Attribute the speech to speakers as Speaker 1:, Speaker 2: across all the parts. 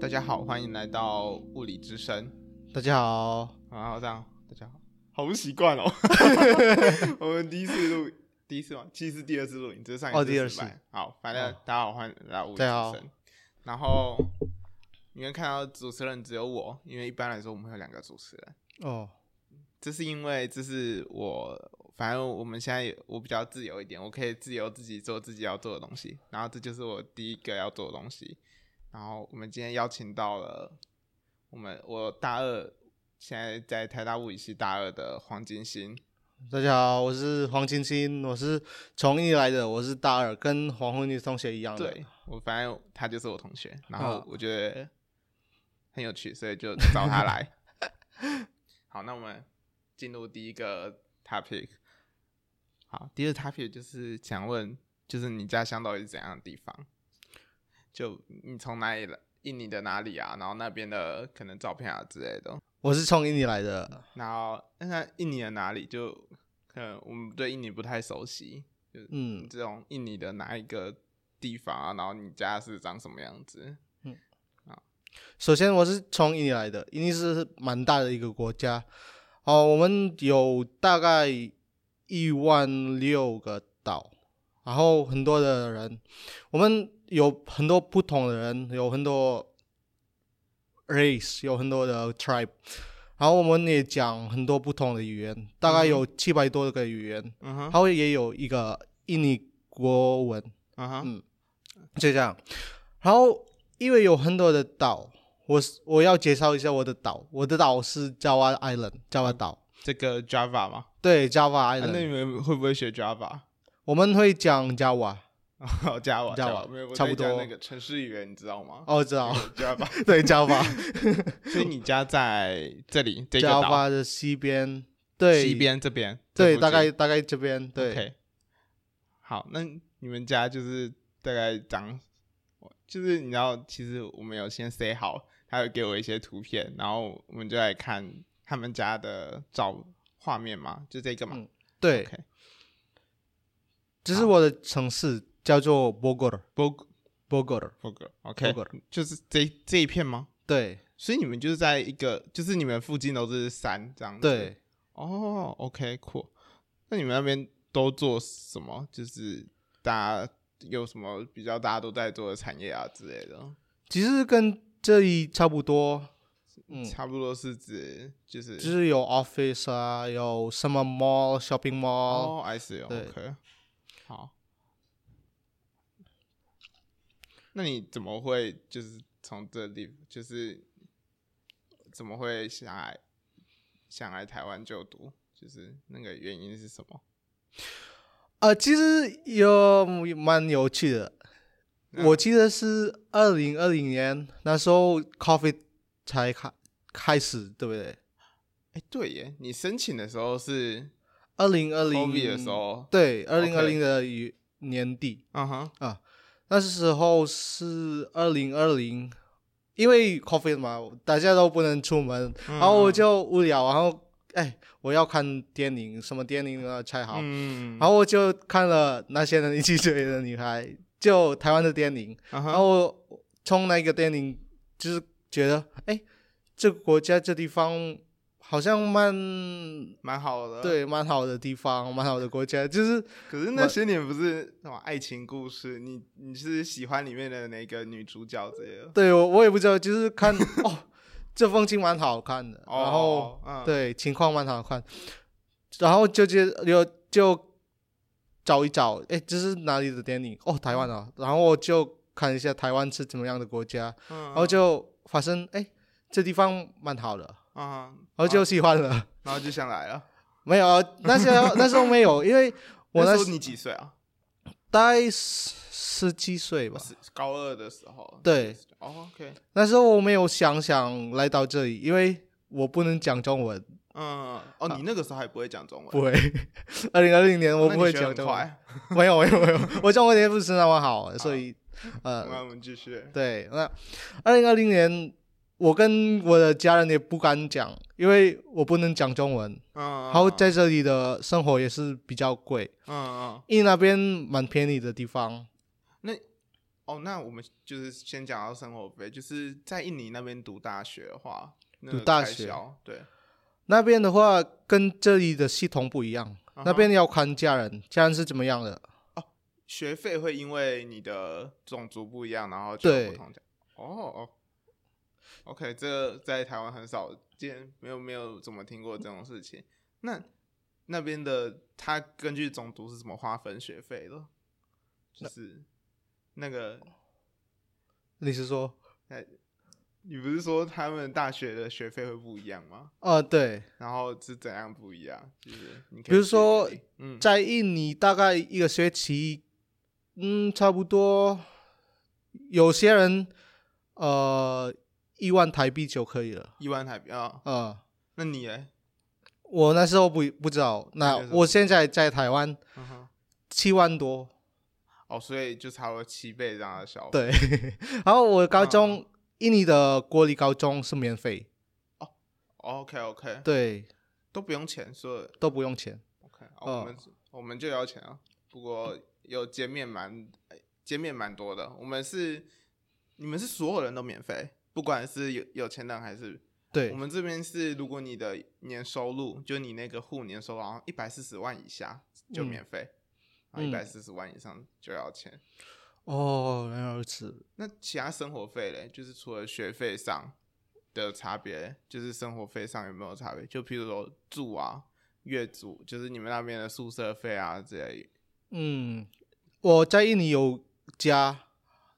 Speaker 1: 大家好，欢迎来到物理之声。
Speaker 2: 大家好，
Speaker 1: 然后这样，大家好，好不习 惯哦。我们第一次录，第一次嘛，其实是第二次录影，这是上一次啊
Speaker 2: 哦第二
Speaker 1: 失败
Speaker 2: 次。
Speaker 1: 好，反正
Speaker 2: 哦
Speaker 1: 大家好，欢迎来到物理之
Speaker 2: 大家好
Speaker 1: 声。然后你们看到主持人只有我，因为一般来说我们会有两个主持人。
Speaker 2: 哦，
Speaker 1: 这是因为这是我，反正我们现在也我比较自由一点，我可以自由自己做自己要做的东西。然后这就是我第一个要做的东西。然后我们今天邀请到了我们我大二现在在台大物理系大二的黄金星。
Speaker 2: 大家好，我是黄青青，我是从印尼来的，我是大二，跟黄昏女同学一样的。
Speaker 1: 对，我反正他就是我同学，然后
Speaker 2: 嗯
Speaker 1: 我觉得很有趣，所以就找他来。好，那我们进入第一个 topic。好，第二个 topic 就是想问，就是你家乡到底是怎样的地方？就你从哪里来？印尼的哪里啊？然后那边的可能照片啊之类的。
Speaker 2: 我是从印尼来的，
Speaker 1: 然后那印尼的哪里就可能我们对印尼不太熟悉，就
Speaker 2: 嗯，
Speaker 1: 这种印尼的哪一个地方啊？然后你家是长什么样子？
Speaker 2: 首先我是从印尼来的，印尼是蛮大的一个国家，哦，我们有大概一万六个岛，然后很多的人，我们有很多不同的人，有很多 race，有很多的 tribe，然后我们也讲很多不同的语言，大概有七百多个语言，
Speaker 1: 嗯
Speaker 2: 然
Speaker 1: 哼，
Speaker 2: 后也有一个印尼国文，
Speaker 1: 嗯哼，
Speaker 2: 嗯就这样。然后因为有很多的岛，我是我要介绍一下我的岛，我的岛是 Java Island，Java 岛，
Speaker 1: 这个 Java 吗？
Speaker 2: 对 Java
Speaker 1: 嗯啊那
Speaker 2: Island，、
Speaker 1: 你们会不会学 Java？
Speaker 2: 我们会讲 Java，
Speaker 1: 哦，Java
Speaker 2: Java，
Speaker 1: 没有，我
Speaker 2: 差
Speaker 1: 在
Speaker 2: 不
Speaker 1: 讲
Speaker 2: 多
Speaker 1: 那个城市语言，你知道吗？
Speaker 2: 哦，知道，
Speaker 1: ，Java。
Speaker 2: 对 Java
Speaker 1: 所以你家在这里，这个岛
Speaker 2: Java 的西边，对
Speaker 1: 西，边这边，这
Speaker 2: 对，
Speaker 1: 附
Speaker 2: 大概
Speaker 1: 近
Speaker 2: 大概这边，对
Speaker 1: OK 好，那你们家就是大概长，就是你知道，其实我们有先 say 好，他有给我一些图片，然后我们就来看他们家的照画面嘛，就这个嘛。
Speaker 2: 嗯对
Speaker 1: OK，
Speaker 2: 这是我的城市叫做 Bogor，Bogor，Bogor，
Speaker 1: 波波哥，OK，就是这这一片吗？
Speaker 2: 对
Speaker 1: 所以你们就是在一个，就是你们附近都是山这样子。
Speaker 2: 对，
Speaker 1: 哦，OK，酷、那你们那边都做什么？就是大家有什么比较大家都在做的产业啊之类的？
Speaker 2: 其实跟这里差不多，嗯。
Speaker 1: 差不多是指就是
Speaker 2: 就是有 office 啊，有什么 mall、shopping mall，、
Speaker 1: 哦，I see，
Speaker 2: 对
Speaker 1: OK，好。那你怎么会就是从这里就是怎么会想来想来台湾就读？就是那个原因是什么？
Speaker 2: 呃，其实有蛮有趣的。
Speaker 1: 嗯
Speaker 2: 我记得是二零二零年那时候，COVID 才开开始，对不对？
Speaker 1: 哎、对耶，你申请的时候是
Speaker 2: 二零二
Speaker 1: COVID
Speaker 2: 零
Speaker 1: 的时，候，
Speaker 2: 对，二零二
Speaker 1: OK
Speaker 2: 零的雨年底
Speaker 1: 嗯哼，
Speaker 2: 啊，那时候是二零二零，因为 COVID 嘛，大家都不能出门，
Speaker 1: 然
Speaker 2: 然后我就
Speaker 1: 嗯
Speaker 2: 无聊，然后哎，我要看电影，什么电影呢才好？
Speaker 1: 嗯，
Speaker 2: 然后我就看了那些人一起追的女孩，就台湾的电影，
Speaker 1: 然
Speaker 2: 然后我从那个电影就是觉得，哎，这个国家这地方好像蛮
Speaker 1: 蛮好的，。
Speaker 2: 对蛮好的地方，蛮好的国家，就是
Speaker 1: 可是那些年不是什么爱情故事，你你是喜欢里面的哪个女主角之类的？
Speaker 2: 对我我也不知道，就是看哦，这风景蛮好看的，
Speaker 1: 哦
Speaker 2: 然后、
Speaker 1: 嗯，
Speaker 2: 对情况蛮好看，然后就接就就找一找，哎，这是哪里的电影？哦，台湾啊，然后我就看一下台湾是怎么样的国家，
Speaker 1: 嗯，然
Speaker 2: 然后就发生哎，这地方蛮好的，
Speaker 1: 嗯，
Speaker 2: 然后就喜欢了。
Speaker 1: 然后就想来了。
Speaker 2: 没有，啊那时候那时候没有，因为我
Speaker 1: 那
Speaker 2: 那
Speaker 1: 时候
Speaker 2: 时
Speaker 1: 你几岁啊？
Speaker 2: 大概十十七岁吧，
Speaker 1: 是高二的时候。
Speaker 2: 对，
Speaker 1: 哦，OK，
Speaker 2: 那时候我没有想想来到这里，因为我不能讲中文，
Speaker 1: 嗯，哦，你那个时候还不会讲中文，
Speaker 2: 啊不会。二零二零年我
Speaker 1: 那
Speaker 2: 不
Speaker 1: 你
Speaker 2: 会
Speaker 1: 学得很
Speaker 2: 讲中文，
Speaker 1: 快。啊
Speaker 2: 没有没有没有，我中文也不是那么好，所以呃，
Speaker 1: 那我们继续。
Speaker 2: 对，那二零二零年我跟我的家人也不敢讲，因为我不能讲中文，
Speaker 1: 嗯，
Speaker 2: 然后
Speaker 1: 再
Speaker 2: 在这里的生活也是比较贵，
Speaker 1: 嗯嗯，
Speaker 2: 因为那边蛮便宜的地方，
Speaker 1: 哦，那我们就是先讲到生活费，就是在印尼那边读大学的话，那个
Speaker 2: 读大
Speaker 1: 开
Speaker 2: 学
Speaker 1: 销对，
Speaker 2: 那边的话跟这里的系统不一样，
Speaker 1: 嗯哼
Speaker 2: 那边要看家人，家人是怎么样的。
Speaker 1: 学费会因为你的种族不一样，然后就有不
Speaker 2: 对
Speaker 1: 同的。哦哦，OK，这个在台湾很少见，没有没有怎么听过这种事情。那那边的他根据种族是怎么划分学费的？就是那个，
Speaker 2: 你是说，
Speaker 1: 你不是说他们大学的学费会不一样吗？
Speaker 2: 呃，对，
Speaker 1: 然后是怎样不一样？就是你可以
Speaker 2: 比如说
Speaker 1: 举例，嗯，
Speaker 2: 在印尼大概一个学期，嗯，差不多，有些人呃一万台币就可以了。
Speaker 1: 一万台币啊、
Speaker 2: 呃，
Speaker 1: 那你嘞？
Speaker 2: 我那时候不不知道，那
Speaker 1: 那时候
Speaker 2: 我现在在台湾
Speaker 1: 嗯哼，
Speaker 2: 七万多，
Speaker 1: 哦，所以就差不多七倍这样的消费。
Speaker 2: 对。然后我
Speaker 1: 啊
Speaker 2: 高中、印尼的国立高中是免费，
Speaker 1: OK OK，
Speaker 2: 对，
Speaker 1: 都不用钱，所以
Speaker 2: 都不用钱。
Speaker 1: OK，、哦、我
Speaker 2: 哦
Speaker 1: 们我们就要钱啊，不过有减免蛮呃减免蛮多的。我们是你们是所有人都免费，不管是有有钱人还是
Speaker 2: 对
Speaker 1: 我，们这边是，如果你的年收入就你那个户年收入好像一百四十万以下就免费，然后一
Speaker 2: 嗯
Speaker 1: 百四十万以上就要钱。
Speaker 2: 哦，原来如此。
Speaker 1: 那其他生活费嘞，就是除了学费上的差别，就是生活费上有没有差别？就譬如说住啊、月租，就是你们那边的宿舍费啊之类的。
Speaker 2: 嗯，我在印尼有家，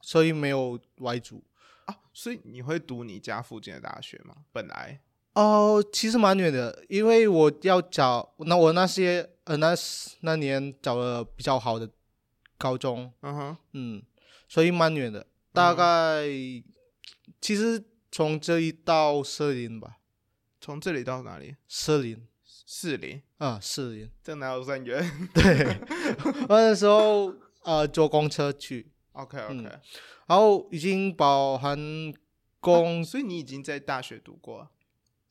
Speaker 2: 所以没有外租。
Speaker 1: 啊，所以你会读你家附近的大学吗？本来
Speaker 2: 哦，其实蛮远的，因为我要找那我那些呃那时那年找了比较好的高中，
Speaker 1: 嗯哼，
Speaker 2: 嗯，所以蛮远的，大
Speaker 1: 嗯
Speaker 2: 概、其实从这里到士林吧，
Speaker 1: 从这里到哪里？
Speaker 2: 士林
Speaker 1: 士林，
Speaker 2: 啊，士林。
Speaker 1: 这哪有算远
Speaker 2: 我那时候呃坐公车去，
Speaker 1: ？OK
Speaker 2: 嗯
Speaker 1: OK，、
Speaker 2: 然后已经饱含公
Speaker 1: 所以你已经在大学读过了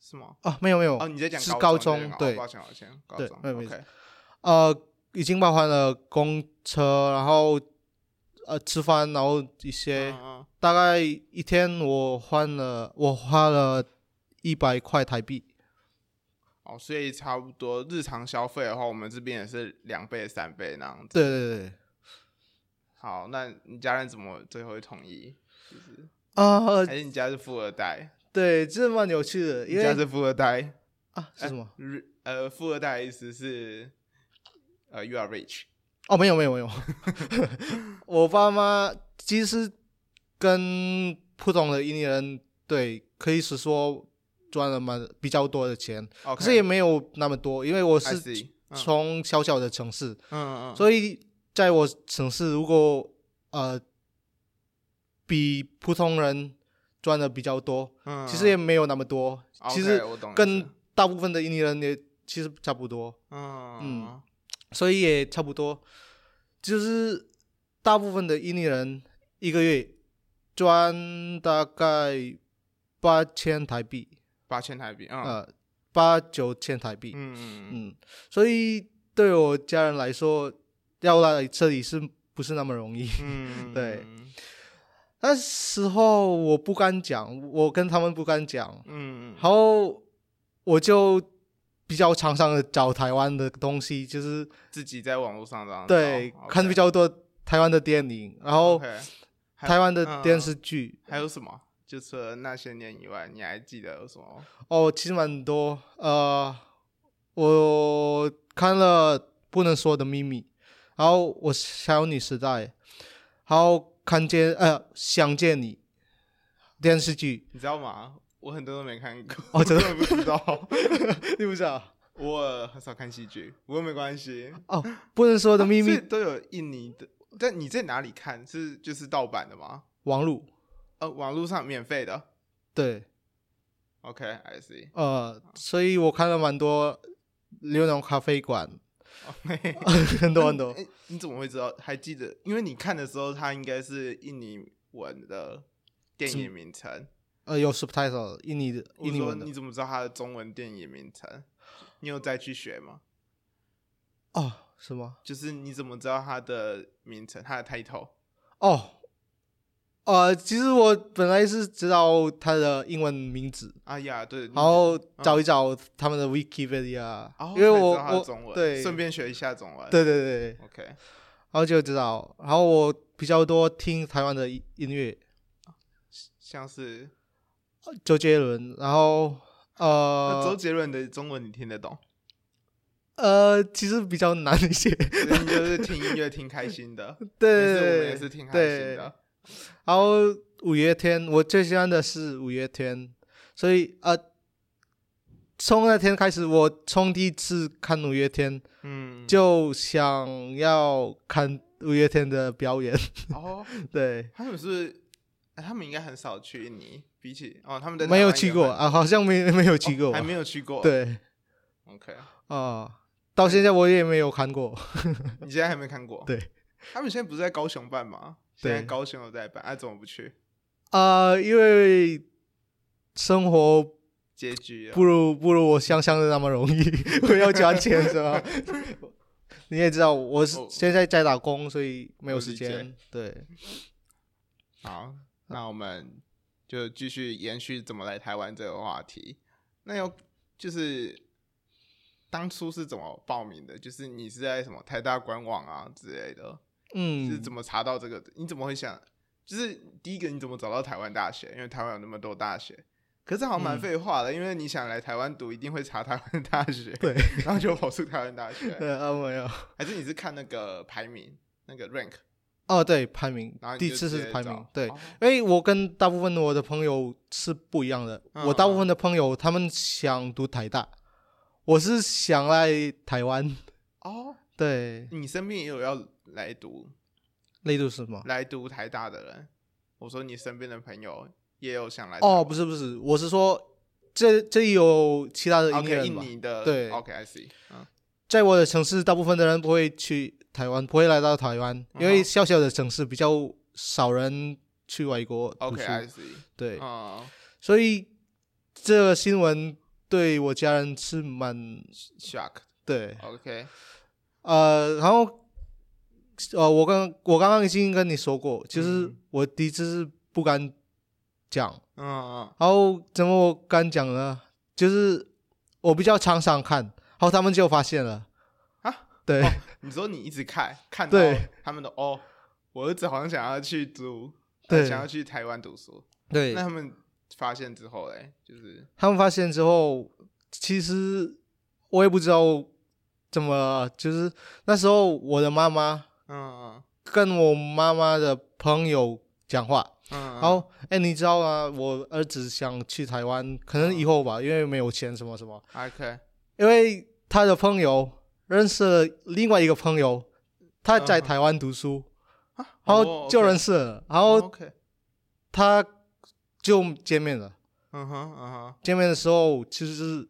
Speaker 1: 是吗？
Speaker 2: 啊没有没有
Speaker 1: 哦，你在讲
Speaker 2: 是
Speaker 1: 高
Speaker 2: 高
Speaker 1: 你在
Speaker 2: 中
Speaker 1: 讲
Speaker 2: 对
Speaker 1: 哦抱歉抱歉，高
Speaker 2: 对
Speaker 1: 中
Speaker 2: 没有没
Speaker 1: OK，嗯
Speaker 2: 呃，已经包含了公车，然后呃吃饭，然后一些、
Speaker 1: 嗯嗯
Speaker 2: 大概一天我换了我花了一百块台币，
Speaker 1: 哦，所以差不多日常消费的话，我们这边也是两倍、三倍那样子。
Speaker 2: 对对对，
Speaker 1: 好，那你家人怎么最后会同意？就是
Speaker 2: 啊、
Speaker 1: 还是你家是富二代？
Speaker 2: 对，这蛮有趣的，
Speaker 1: 你
Speaker 2: 因
Speaker 1: 家
Speaker 2: 为
Speaker 1: 是哎富二代？
Speaker 2: 啊是什么？
Speaker 1: 日呃，富二代的意思是呃，you are rich。
Speaker 2: 哦，没有没有没有， 我爸妈其实跟普通的印尼人对，可以是说赚了蛮比较多的钱，可
Speaker 1: OK，
Speaker 2: 是也没有那么多，因为我
Speaker 1: I
Speaker 2: 是
Speaker 1: see，嗯
Speaker 2: 从小小的城市。
Speaker 1: 嗯嗯，以
Speaker 2: 所以在我城市，如果呃比普通人赚的比较多，其实也没有那么多，其实
Speaker 1: 嗯我懂意
Speaker 2: 跟
Speaker 1: 思
Speaker 2: 大部分的印尼人也其实差不多，
Speaker 1: 嗯嗯
Speaker 2: 嗯所以也差不多，就是大部分的印尼人一个月赚大概八千台币，
Speaker 1: 八千台币，嗯
Speaker 2: 呃八九千台币，
Speaker 1: 嗯嗯嗯，
Speaker 2: 嗯，所以对我家人来说，要来这里是不是那么容易？
Speaker 1: 嗯
Speaker 2: 对，
Speaker 1: 嗯
Speaker 2: 那时候我不敢讲，我跟他们不敢讲，
Speaker 1: 嗯，
Speaker 2: 然后我就比较常常的找台湾的东西，就是
Speaker 1: 自己在网络上这样找
Speaker 2: 对、
Speaker 1: 哦，OK
Speaker 2: 看比较多台湾的电影，然后
Speaker 1: OK 还
Speaker 2: 台湾的电视剧、
Speaker 1: 还有什么？就除了那些年以外，你还记得有什么？
Speaker 2: 哦，其实蛮多。呃，我看了《不能说的秘密》，然后我小女时代，然后看见呃想见你电视剧，
Speaker 1: 你知道吗？我很多都没看过，
Speaker 2: 哦真的
Speaker 1: 我不知道，
Speaker 2: 你不知道？
Speaker 1: 我很少看戏剧，不过没关系。
Speaker 2: 哦，《不能说的秘密
Speaker 1: 所以》都有印尼的，但你在哪里看？是就是盗版的吗？
Speaker 2: 网路
Speaker 1: 呃，网络上免费的。
Speaker 2: 对，
Speaker 1: OK，I、see。
Speaker 2: 呃，所以我看了蛮多流浪咖啡馆，
Speaker 1: 哦嘿嘿
Speaker 2: 很多很多。
Speaker 1: 哎你怎么会知道？还记得？因为你看的时候，它应该是印尼文的电影名称。
Speaker 2: 呃，有 subtitle 印尼的
Speaker 1: 我
Speaker 2: 印尼
Speaker 1: 说
Speaker 2: 文的
Speaker 1: 你怎么知道它的中文电影名称？你有再去学吗？
Speaker 2: 哦，什么？
Speaker 1: 就是你怎么知道它的名称、它的 title？
Speaker 2: 哦，呃，其实我本来是知道它的英文名字，
Speaker 1: 哎呀，对，
Speaker 2: 然后找一找他们的 Wikipedia，、
Speaker 1: 嗯哦
Speaker 2: 因为我
Speaker 1: 才知道它的
Speaker 2: 我
Speaker 1: 中文
Speaker 2: 对
Speaker 1: 顺便学一下中文。
Speaker 2: 对对对，然
Speaker 1: OK，
Speaker 2: 后就知道，然后我比较多听台湾的音音乐，
Speaker 1: 像是
Speaker 2: 周杰伦，然后
Speaker 1: 那周
Speaker 2: 呃
Speaker 1: 杰伦的中文你听 得懂，
Speaker 2: 呃，其实比较难一些，
Speaker 1: 所以你就是听音乐听开心的。没事我们
Speaker 2: 对
Speaker 1: 也是听开心
Speaker 2: 对，然
Speaker 1: 的。
Speaker 2: 后五月天，我最喜欢的是五月天，所以呃，从那天开始，我从第一次看五月天
Speaker 1: 嗯，
Speaker 2: 就想要看五月天的表演，
Speaker 1: 哦，
Speaker 2: 对，
Speaker 1: 他们是不是哎他们应该很少去印尼，比起哦他们在台
Speaker 2: 没有
Speaker 1: 湾
Speaker 2: 去
Speaker 1: 应该
Speaker 2: 过
Speaker 1: 蛮
Speaker 2: 啊，好像没没有去
Speaker 1: 哦
Speaker 2: 过，啊
Speaker 1: 还没有去过。
Speaker 2: 对
Speaker 1: ，OK，
Speaker 2: 啊、到现在我也没有看过，
Speaker 1: 你现在还没看过？
Speaker 2: 对，
Speaker 1: 他们现在不是在高雄办吗？现
Speaker 2: 对
Speaker 1: 在高雄有在办，啊，怎么不去？
Speaker 2: 呃，因为生活
Speaker 1: 结局啊
Speaker 2: 不如不如我想象的那么容易， 我要赚钱是 吧？你也知道，我是
Speaker 1: 哦
Speaker 2: 现在在打工，所以没有
Speaker 1: 我
Speaker 2: 时
Speaker 1: 理解
Speaker 2: 间。对，
Speaker 1: 好，那我们就继续延续怎么来台湾这个话题。那要就是当初是怎么报名的？就是你是在什么台大官网啊之类的，是
Speaker 2: 嗯，
Speaker 1: 怎么查到这个的？你怎么会想？就是第一个，你怎么找到台湾大学？因为台湾有那么多大学，可是好像蛮
Speaker 2: 嗯
Speaker 1: 废话的，因为你想来台湾读，一定会查台湾大学，
Speaker 2: 对，
Speaker 1: 然后就跑出台湾大学，
Speaker 2: 对啊，没有。
Speaker 1: 还是你是看那个排名，那个 rank，
Speaker 2: 哦，对，排名
Speaker 1: 然后，你
Speaker 2: 第一
Speaker 1: 就
Speaker 2: 次
Speaker 1: 直
Speaker 2: 是
Speaker 1: 接
Speaker 2: 排
Speaker 1: 找
Speaker 2: 名，对，
Speaker 1: 哦
Speaker 2: 因为我跟大部分我的朋友是不一样的。
Speaker 1: 嗯
Speaker 2: 我大部分的朋友他们想读台大，我是想来 台湾。
Speaker 1: 哦，
Speaker 2: 对，
Speaker 1: 你身边也有要来读
Speaker 2: 内度是吗？
Speaker 1: 来读台大的人，我说你身边的朋友也有想来
Speaker 2: 哦，不是不是，我是说这这里有其他的
Speaker 1: 台湾
Speaker 2: 音乐
Speaker 1: ，OK，
Speaker 2: 人吧
Speaker 1: 哦印？尼的
Speaker 2: 对
Speaker 1: ，OK，I see，嗯，
Speaker 2: 在我的城市，大部分的人不会去台湾，不会来到台湾，因
Speaker 1: 嗯
Speaker 2: 为
Speaker 1: 哼
Speaker 2: 小小的城市比较少人去外国读书。
Speaker 1: ，OK，I see，
Speaker 2: 对，
Speaker 1: 嗯，
Speaker 2: 所以这个新闻对我家人是蛮
Speaker 1: shock，OK，
Speaker 2: 对，呃，然后呃，我刚我刚刚已经跟你说过，其实
Speaker 1: 嗯
Speaker 2: 我第一次是不敢讲，
Speaker 1: 嗯嗯，
Speaker 2: 然后怎么我敢讲呢？就是我比较常常看，然后他们就发现了
Speaker 1: 啊，
Speaker 2: 对。
Speaker 1: 哦你说你一直看看到
Speaker 2: 对
Speaker 1: 他们的哦，我儿子好像想要去读，
Speaker 2: 对
Speaker 1: 想要去台湾读书，
Speaker 2: 对
Speaker 1: 那他们发现之后嘞，就是
Speaker 2: 他们发现之后，其实我也不知道怎么，就是那时候我的妈妈
Speaker 1: 嗯嗯
Speaker 2: 跟我妈妈的朋友讲话，
Speaker 1: 嗯，
Speaker 2: 然后哎、你知道啊，我儿子想去台湾，可能以后吧，因为没有钱什么什么，
Speaker 1: ，OK，
Speaker 2: 因为他的朋友认识了另外一个朋友，他
Speaker 1: 嗯
Speaker 2: 在台湾读书，
Speaker 1: 啊哦
Speaker 2: 然后就
Speaker 1: ，OK，哦
Speaker 2: 认识了，然后
Speaker 1: ，OK，
Speaker 2: 他就见面了。
Speaker 1: 嗯哼嗯哼，
Speaker 2: 见面的时候，其实是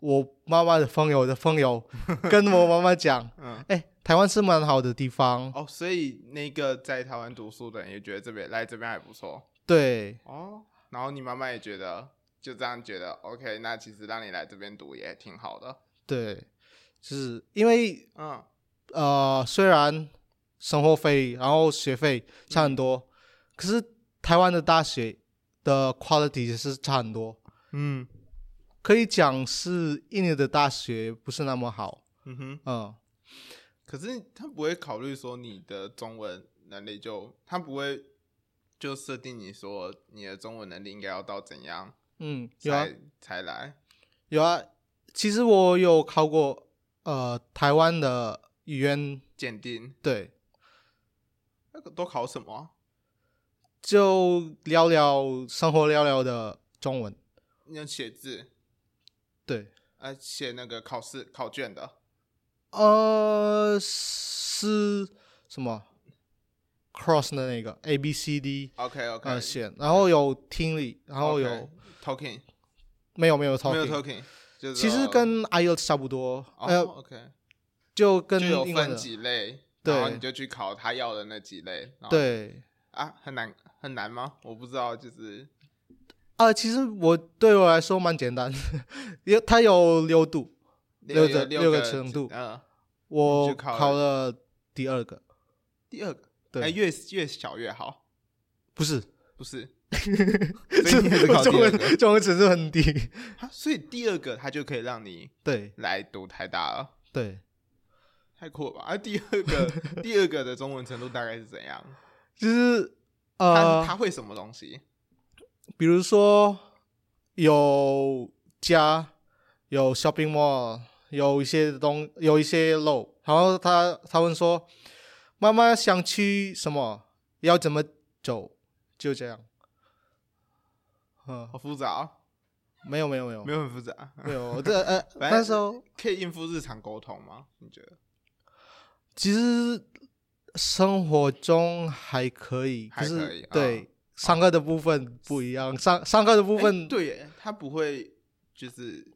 Speaker 2: 我妈妈的朋友的 朋友跟我妈妈讲，
Speaker 1: 嗯。
Speaker 2: 哎、台湾是蛮好的地方，
Speaker 1: 哦，所以那个在台湾读书的人也觉得这边来这边还不错
Speaker 2: 对
Speaker 1: 哦。然后你妈妈也觉得就这样觉得，OK，那其实让你来这边读也挺好的。
Speaker 2: 对，就是因为
Speaker 1: 嗯，
Speaker 2: 呃，虽然生活费然后学费差很多，
Speaker 1: 嗯
Speaker 2: 可是台湾的大学的 quality 也是差很多，
Speaker 1: 嗯
Speaker 2: 可以讲是印尼的大学不是那么好，
Speaker 1: 嗯哼。
Speaker 2: 嗯，
Speaker 1: 可是他不会考虑说你的中文能力就，他不会就设定你说你的中文能力应该要到怎样
Speaker 2: 嗯，有啊
Speaker 1: 才、才来。
Speaker 2: 有啊，其实我有考过呃台湾的语言，
Speaker 1: 鉴定
Speaker 2: 对。
Speaker 1: 那个都考什么啊、
Speaker 2: 就聊聊生活，聊聊的中文。
Speaker 1: 你要写字，
Speaker 2: 对，
Speaker 1: 呃，写那个考试考卷的。
Speaker 2: 呃，是什么？cross 的那个 A B C D
Speaker 1: OK OK，、
Speaker 2: 呃选，然后有听力，然后有
Speaker 1: talking，
Speaker 2: 没有没
Speaker 1: 没
Speaker 2: 有
Speaker 1: 有
Speaker 2: talking，
Speaker 1: talking，就是
Speaker 2: 其实
Speaker 1: 说
Speaker 2: 跟 IELTS 差不多，
Speaker 1: 哦、
Speaker 2: 呃，
Speaker 1: OK
Speaker 2: 就跟
Speaker 1: 就有
Speaker 2: 英文
Speaker 1: 分
Speaker 2: 的
Speaker 1: 几类，
Speaker 2: 对
Speaker 1: 然后你就去考他要的那几类。然后
Speaker 2: 对。
Speaker 1: 啊，很难很难吗？我不知道，就是
Speaker 2: 啊、其实我对我来说蛮简单，因为它有六度，
Speaker 1: 六
Speaker 2: 六个
Speaker 1: 六
Speaker 2: 六个程度
Speaker 1: 嗯、
Speaker 2: 我
Speaker 1: 就考了
Speaker 2: 考了第二个，
Speaker 1: 第二个，哎、
Speaker 2: 对，
Speaker 1: 越越小越好。
Speaker 2: 不是
Speaker 1: 不是，所以你还是考第
Speaker 2: 中
Speaker 1: 二
Speaker 2: 文
Speaker 1: 个
Speaker 2: 中文程度很低。
Speaker 1: 啊所以第二个它就可以让你
Speaker 2: 对
Speaker 1: 来读台大了，
Speaker 2: 对，
Speaker 1: 太酷了吧？啊，第二 个第二个的中文程度大概是怎样？
Speaker 2: 就是
Speaker 1: 他
Speaker 2: 呃，
Speaker 1: 他会什么东西？
Speaker 2: 比如说有家，有 shopping mall，有一些东，有一些路，然后他他们说妈妈想去什么，要怎么走，就这样。嗯，
Speaker 1: 好复杂、哦，
Speaker 2: 没有没有没有
Speaker 1: 没有很复杂，
Speaker 2: 没有，这 呃
Speaker 1: 反正
Speaker 2: 那时候
Speaker 1: 可以应付日常沟通吗？你觉得
Speaker 2: 其实生活中还可以，
Speaker 1: 还
Speaker 2: 可是
Speaker 1: 可以啊
Speaker 2: 对、上课的部分不一样，上上课的部
Speaker 1: 部
Speaker 2: 分、
Speaker 1: 哎对耶，他不会就是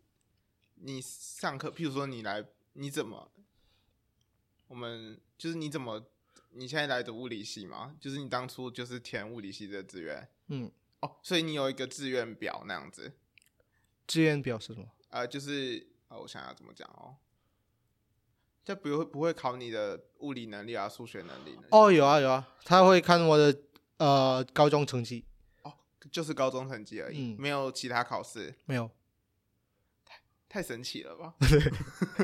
Speaker 1: 你上课，譬如说你来，你怎么，我们就是你怎么，你现在来的物理系嘛，就是你当初就是填物理系的志愿
Speaker 2: 嗯，
Speaker 1: 哦，所以你有一个志愿表那样子，
Speaker 2: 志愿表是什么？
Speaker 1: 呃，就是呃，我想想要怎么讲哦，就不会不会考你的物理能力啊、数学能力呢
Speaker 2: 哦，有啊有啊，他会看我的呃高中成绩，
Speaker 1: 就是高中成绩而已，
Speaker 2: 嗯
Speaker 1: 没有其他考试，
Speaker 2: 没有，
Speaker 1: 太神奇了吧？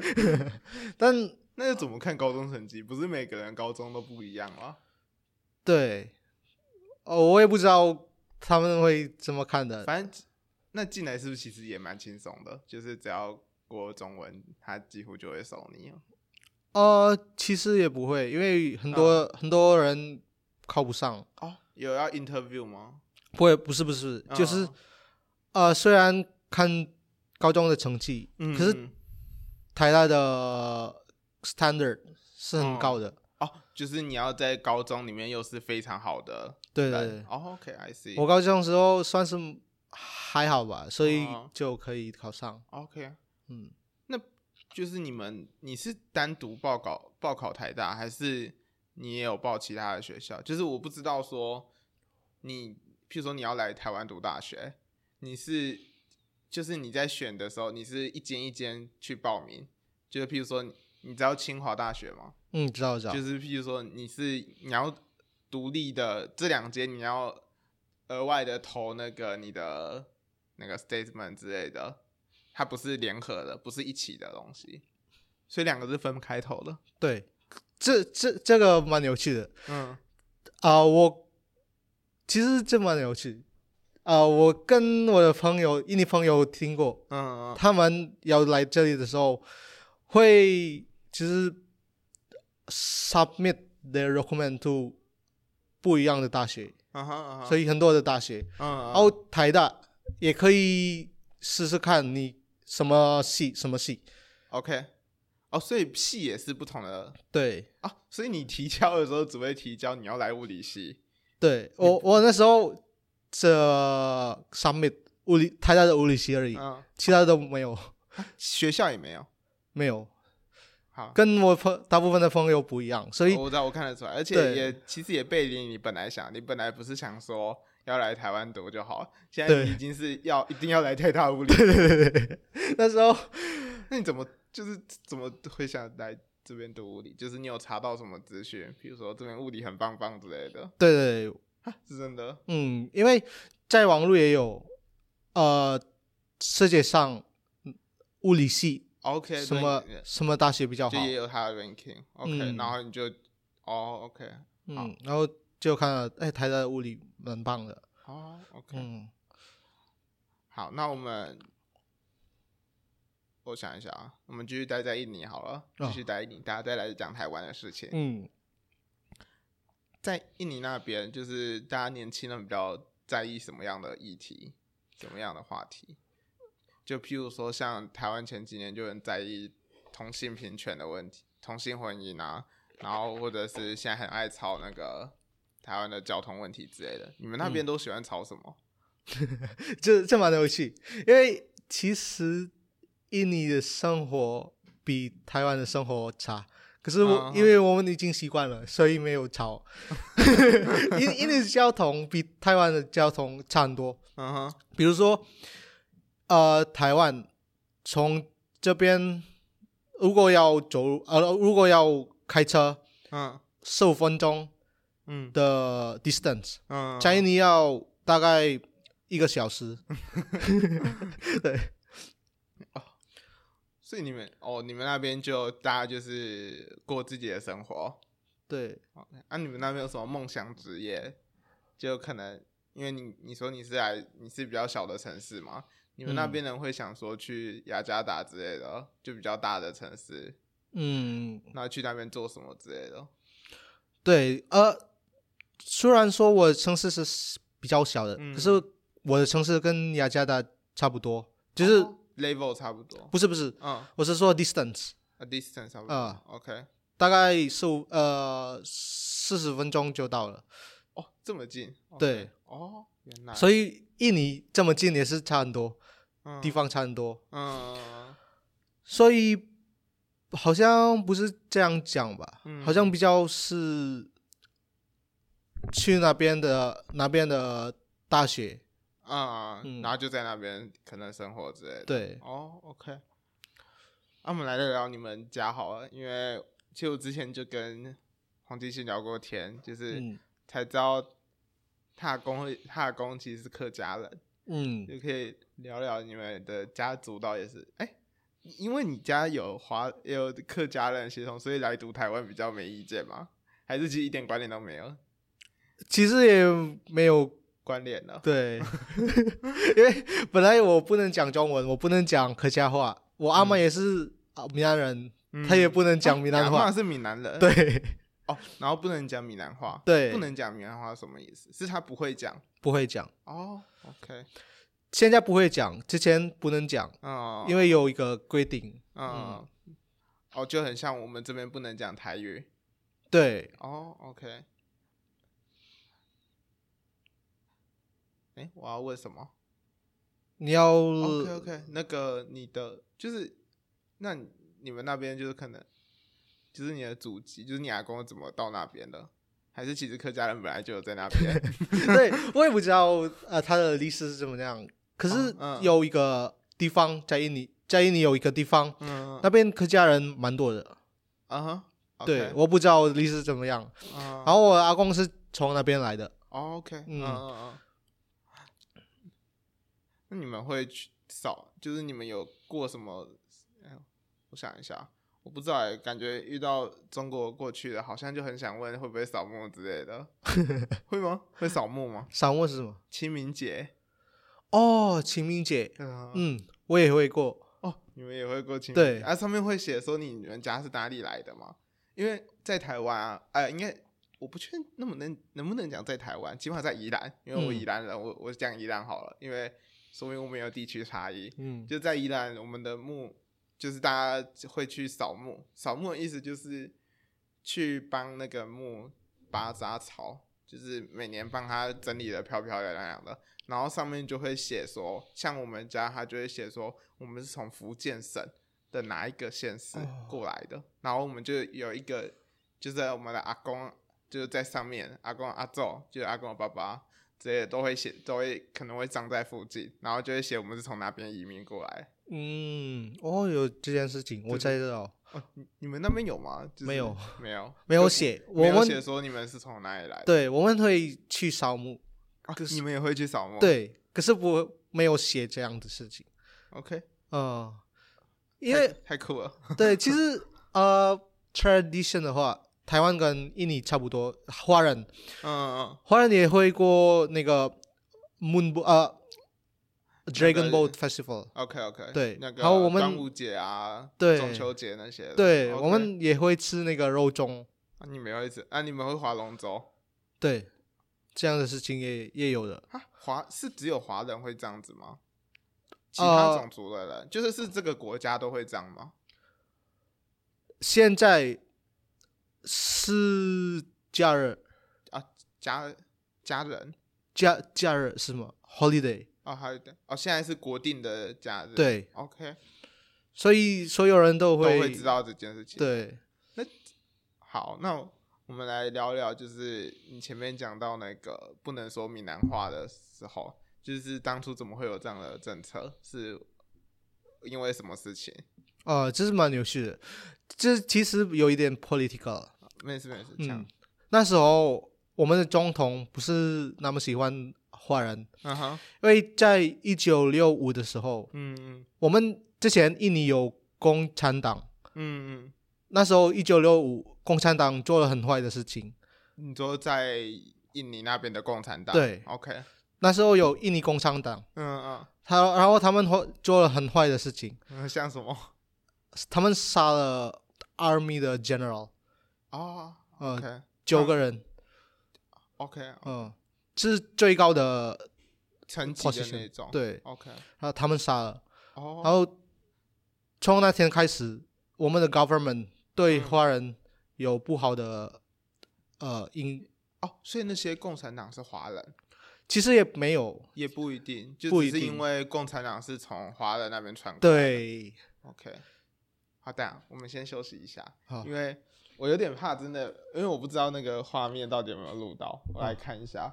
Speaker 2: 但
Speaker 1: 那又怎么看高中成绩？不是每个人高中都不一样吗？
Speaker 2: 对，哦，我也不知道他们会怎么看的，
Speaker 1: 反正那进来是不是其实也蛮轻松的？就是只要过中文，他几乎就会收你了。
Speaker 2: 呃，其实也不会，因为很多、
Speaker 1: 嗯
Speaker 2: 很多人考不上，
Speaker 1: 哦，有要 interview 吗？
Speaker 2: 不会，不是不是，就是
Speaker 1: 嗯
Speaker 2: 呃，虽然看高中的成绩，
Speaker 1: 嗯，
Speaker 2: 可是
Speaker 1: 嗯
Speaker 2: 台大的 standard 是很
Speaker 1: 哦
Speaker 2: 高的，
Speaker 1: 哦，就是你要在高中里面又是非常好的
Speaker 2: 对
Speaker 1: 人。
Speaker 2: 对对，
Speaker 1: 哦，OK，I、see。
Speaker 2: 我高中的时候算是还好吧，所以
Speaker 1: 哦
Speaker 2: 就可以考上，
Speaker 1: OK，
Speaker 2: 嗯。
Speaker 1: 就是你们你是单独报考报考台大，还是你也有报其他的学校？就是我不知道说你，譬如说你要来台湾读大学，你是就是你在选的时候，你是一间一间去报名，就是譬如说你你知道清华大学吗？
Speaker 2: 嗯，知道知道，
Speaker 1: 就是譬如说你是你要独立的这两间，你要额外的投那个你的那个 statement 之类的，它不是联合的，不是一起的东西，所以两个是分开投 的。
Speaker 2: 对，这这这个蛮有趣的
Speaker 1: 嗯，
Speaker 2: 啊、我其实这蛮有趣啊、我跟我的朋友印尼朋友听过，
Speaker 1: 嗯，
Speaker 2: 他们要来这里的时候会其实 submit their document to 不一样的大学，
Speaker 1: 嗯哼嗯哼，
Speaker 2: 所
Speaker 1: 以
Speaker 2: 以很多的大学，
Speaker 1: 嗯
Speaker 2: 然后台大也可以试试看你什么系什么系，
Speaker 1: OK，哦，所以系也是不同的
Speaker 2: 对。
Speaker 1: 啊，所以你提交的时候只会提交你要来物理系，
Speaker 2: 对我，我那时候这 summit 物理台大的物理系而已，
Speaker 1: 嗯，
Speaker 2: 其他的都没有，
Speaker 1: 学校也没有。
Speaker 2: 没有，
Speaker 1: 好，
Speaker 2: 跟我朋大部分的朋友不一样，所以
Speaker 1: 哦我知道，我看得出来，而且
Speaker 2: 对
Speaker 1: 也其实也背离你本来想，你本来不是想说要来台湾读就好，现在
Speaker 2: 对
Speaker 1: 你已经是要一定要来台大物理，
Speaker 2: 那时候
Speaker 1: 那你怎么就是怎么会想来这边读物理？就是你有查到什么资讯，比如说这边物理很棒棒之类的，
Speaker 2: 对对，对
Speaker 1: 是真的？
Speaker 2: 嗯，因为在网络也有，呃，世界上物理系
Speaker 1: OK，
Speaker 2: 什么
Speaker 1: 对
Speaker 2: 什么大学比较好
Speaker 1: 就，也有他的 ranking。OK，、
Speaker 2: 嗯
Speaker 1: 然后你就哦 OK，
Speaker 2: 嗯，然后就看了，哎，台大的物理蛮棒的，
Speaker 1: 哦 OK，、
Speaker 2: 嗯，
Speaker 1: 好，那我们我想一下啊，我们继续待在印尼好了，继
Speaker 2: 哦
Speaker 1: 续待印尼，大家再来讲台湾的事情。
Speaker 2: 嗯，
Speaker 1: 在印尼那边，就是大家年轻人比较在意什么样的议题，什么样的话题？就譬如说，像台湾前几年就很在意同性平权的问题，同性婚姻啊，然后或者是现在很爱吵那个台湾的交通问题之类的。你们那
Speaker 2: 嗯
Speaker 1: 边都喜欢吵什么？
Speaker 2: 这这蛮有趣，因为其实印尼的生活比台湾的生活差，可是我、
Speaker 1: 嗯
Speaker 2: 因为我们已经习惯了，所以没有吵。印印尼的交通比台湾的交通差很多，
Speaker 1: 嗯哼，
Speaker 2: 比如说，呃，台湾从这边如果要走呃如果要开车
Speaker 1: 嗯
Speaker 2: 十五分钟
Speaker 1: 嗯
Speaker 2: 的 distance，
Speaker 1: 嗯，
Speaker 2: 在印尼要大概一个小时。对，
Speaker 1: 所以你们哦，你们那边就大家就是过自己的生活。
Speaker 2: 对，
Speaker 1: 啊，你们那边有什么梦想职业？就可能因为你你说你是来你是比较小的城市嘛，你们那
Speaker 2: 嗯
Speaker 1: 边人会想说去雅加达之类的，就比较大的城市，
Speaker 2: 嗯，
Speaker 1: 那去那边做什么之类的？
Speaker 2: 对，呃，虽然说我的城市是比较小的，
Speaker 1: 嗯
Speaker 2: 可是我的城市跟雅加达差不多，就是、
Speaker 1: 哦 level 差不多，
Speaker 2: 不是不是，
Speaker 1: 嗯
Speaker 2: 我是说 distance，
Speaker 1: ，a distance 差不多、
Speaker 2: 啊
Speaker 1: o k
Speaker 2: 大概十五呃四十分钟就到了，
Speaker 1: 哦，这么近，OK
Speaker 2: 对，
Speaker 1: 哦，原来
Speaker 2: 所以印尼这么近也是差很多，
Speaker 1: 以
Speaker 2: 地，方差很多，
Speaker 1: 嗯嗯
Speaker 2: 所以好像不是这样讲吧，
Speaker 1: 嗯
Speaker 2: 好像比较是去那边的那边的大学，
Speaker 1: 嗯嗯，
Speaker 2: 嗯
Speaker 1: 然后就在那边可能生活之类的，
Speaker 2: 对，
Speaker 1: 哦，OK，那、我们来聊聊你们家好了，因为其实我之前就跟黄继新聊过天，就是
Speaker 2: 嗯
Speaker 1: 才知道他的公会他的公其实是客家人，
Speaker 2: 嗯，
Speaker 1: 就可以聊聊你们的家族到底是哎、因为你家有华也有客家人协同，所以来读台湾比较没意见吗？还是其实一点关联都没有？
Speaker 2: 其实也没有
Speaker 1: 关联呢？
Speaker 2: 对， 因为本来我不能讲中文，我不能讲客家话，我阿妈也是啊闽南人，
Speaker 1: 嗯
Speaker 2: 她也不能讲闽
Speaker 1: 你阿
Speaker 2: 南
Speaker 1: 嬷
Speaker 2: 话，
Speaker 1: 是闽南人，
Speaker 2: 对，
Speaker 1: 哦，然后不能讲闽南话，
Speaker 2: 对
Speaker 1: 不能讲闽南话什么意思？是他不会讲
Speaker 2: 不会讲，
Speaker 1: 哦，OK，
Speaker 2: 现在不会讲，之前不能讲，
Speaker 1: 嗯，
Speaker 2: 因
Speaker 1: 为
Speaker 2: 为有一个规定，
Speaker 1: 嗯，哦，就很像我们这边不能讲台语
Speaker 2: 对，
Speaker 1: 哦，OK，哎、我要问什么
Speaker 2: 你要
Speaker 1: ？OK OK，那个你的就是那你你们那边就是可能就是你的祖籍，就是你阿公怎么到那边的？还是其实客家人本来就有在那边？
Speaker 2: 对我也不知道呃它的历史是怎么样，可是
Speaker 1: 嗯嗯
Speaker 2: 有一个地方在印尼，在印尼有一个地方，
Speaker 1: 嗯，
Speaker 2: 那边客家人蛮多的，
Speaker 1: 啊哈，OK，
Speaker 2: 对，我不知道历史怎么样，
Speaker 1: 嗯
Speaker 2: 然后我阿公是从那边来的。
Speaker 1: 哦，OK，嗯
Speaker 2: 嗯
Speaker 1: 嗯嗯。那你们会去扫，就是你们有过什么？哎呦，我想一下，我不知道哎、感觉遇到中国过去的，好像就很想问会不会扫墓之类 的，会吗？会扫墓吗？
Speaker 2: 散文是什么？
Speaker 1: 清明节，
Speaker 2: 哦，清明节，
Speaker 1: 嗯，
Speaker 2: 嗯，我也会过。
Speaker 1: 哦，你们也会过清明
Speaker 2: 对
Speaker 1: 节啊？上面会写说你们家是哪里来的吗？因为在台湾啊，哎、应该我不确定能不能能不能讲在台湾，起码在宜兰，因为我
Speaker 2: 嗯
Speaker 1: 宜兰人，我我讲宜兰好了，因为说明我们有地区差异。
Speaker 2: 嗯
Speaker 1: 就在宜兰，我们的墓就是大家会去扫墓，扫墓的意思就是去帮那个墓拔杂草，就是每年帮它整理的漂漂亮亮的。然后上面就会写说，像我们家，他就会写说，我们是从福建省的哪一个县市
Speaker 2: 哦
Speaker 1: 过来的。然后我们就有一个，就是我们的阿公，就是在上面，阿公阿祖，就是阿公的爸爸之类的，都会写，都会可能会长在附近，然后就会写我们是从哪边移民过来。
Speaker 2: 嗯，哦，有这件事情，我才知道。
Speaker 1: 哦，你你们那边有吗？就是、
Speaker 2: 没有，
Speaker 1: 没有，
Speaker 2: 没有
Speaker 1: 就
Speaker 2: 写
Speaker 1: 没有
Speaker 2: 我们
Speaker 1: 写说你们是从哪里来的。
Speaker 2: 对，我们会去扫墓，
Speaker 1: 啊
Speaker 2: 可是
Speaker 1: 你们也会去扫墓？
Speaker 2: 对，可是我没有写这样的事情。
Speaker 1: ，OK，
Speaker 2: 嗯，因为
Speaker 1: 太太酷了。
Speaker 2: 对，其实呃，tradition 的话，台湾跟印尼差不多，华人
Speaker 1: 嗯，嗯
Speaker 2: 华人也会过那个 Moon 呃 Dragon
Speaker 1: 那个
Speaker 2: Boat Festival。
Speaker 1: OK OK，
Speaker 2: 对
Speaker 1: 那个
Speaker 2: 然后我们
Speaker 1: 端午节啊，
Speaker 2: 对
Speaker 1: 中秋节那些的，
Speaker 2: 对
Speaker 1: OK
Speaker 2: 我们也会吃那个肉粽。
Speaker 1: 啊你们会吃啊？你们会划龙舟
Speaker 2: 对，这样的事情也也有的。
Speaker 1: 啊？华是只有华人会这样子吗？其他
Speaker 2: 呃
Speaker 1: 种族的人，就是是这个国家都会这样吗？
Speaker 2: 现在是假日，
Speaker 1: 啊，家家人
Speaker 2: 假假日是吗？Holiday，
Speaker 1: 啊，还有的哦，现在是国定的假日，
Speaker 2: 对，
Speaker 1: ，OK，
Speaker 2: 所以所有人都
Speaker 1: 都
Speaker 2: 会
Speaker 1: 会知。道这件事情。，
Speaker 2: 对，
Speaker 1: 好，那我们来聊聊，就是你前面讲到那个不能说闽南话的时候，就是当初怎么会有这样的政策？是因为什么事情？
Speaker 2: 啊、这是蛮有趣的。这其实有一点 political。
Speaker 1: 没事没事，这样
Speaker 2: 嗯，那时候我们的总统不是那么喜欢华人，
Speaker 1: 嗯哼，
Speaker 2: 因为在一九六五的时候，
Speaker 1: 嗯嗯
Speaker 2: 我们之前印尼有共产党，
Speaker 1: 嗯
Speaker 2: 那时候一九六五共产党做了很坏的事情，
Speaker 1: 嗯，你说在印尼那边的共产党，
Speaker 2: 对
Speaker 1: ，OK，
Speaker 2: 那时候有印尼共产党，
Speaker 1: 嗯
Speaker 2: 他然后他们后做了很坏的事情，
Speaker 1: 嗯，像什么？
Speaker 2: 他们杀了 army 的 general，
Speaker 1: 哦
Speaker 2: 呃
Speaker 1: ，OK
Speaker 2: 九个人，
Speaker 1: OK，
Speaker 2: 嗯、是最高的
Speaker 1: 哦层级的
Speaker 2: position，
Speaker 1: 那种，
Speaker 2: 对，
Speaker 1: ，OK，
Speaker 2: 然后他们杀了，然
Speaker 1: 哦，
Speaker 2: 后从那天开始，我们的 government 对
Speaker 1: 嗯
Speaker 2: 华人有不好的呃影，
Speaker 1: 哦，所以那些共产党是华人，
Speaker 2: 其实也没有，
Speaker 1: 也不一定，就
Speaker 2: 不
Speaker 1: 只
Speaker 2: 一
Speaker 1: 是
Speaker 2: 定
Speaker 1: 因为共产党是从华人那边传过来的
Speaker 2: 对，
Speaker 1: ，OK，好的，我们先休息一下，
Speaker 2: 好
Speaker 1: 因为我有点怕，真的，因为我不知道那个画面到底有没有录到，我来看一下。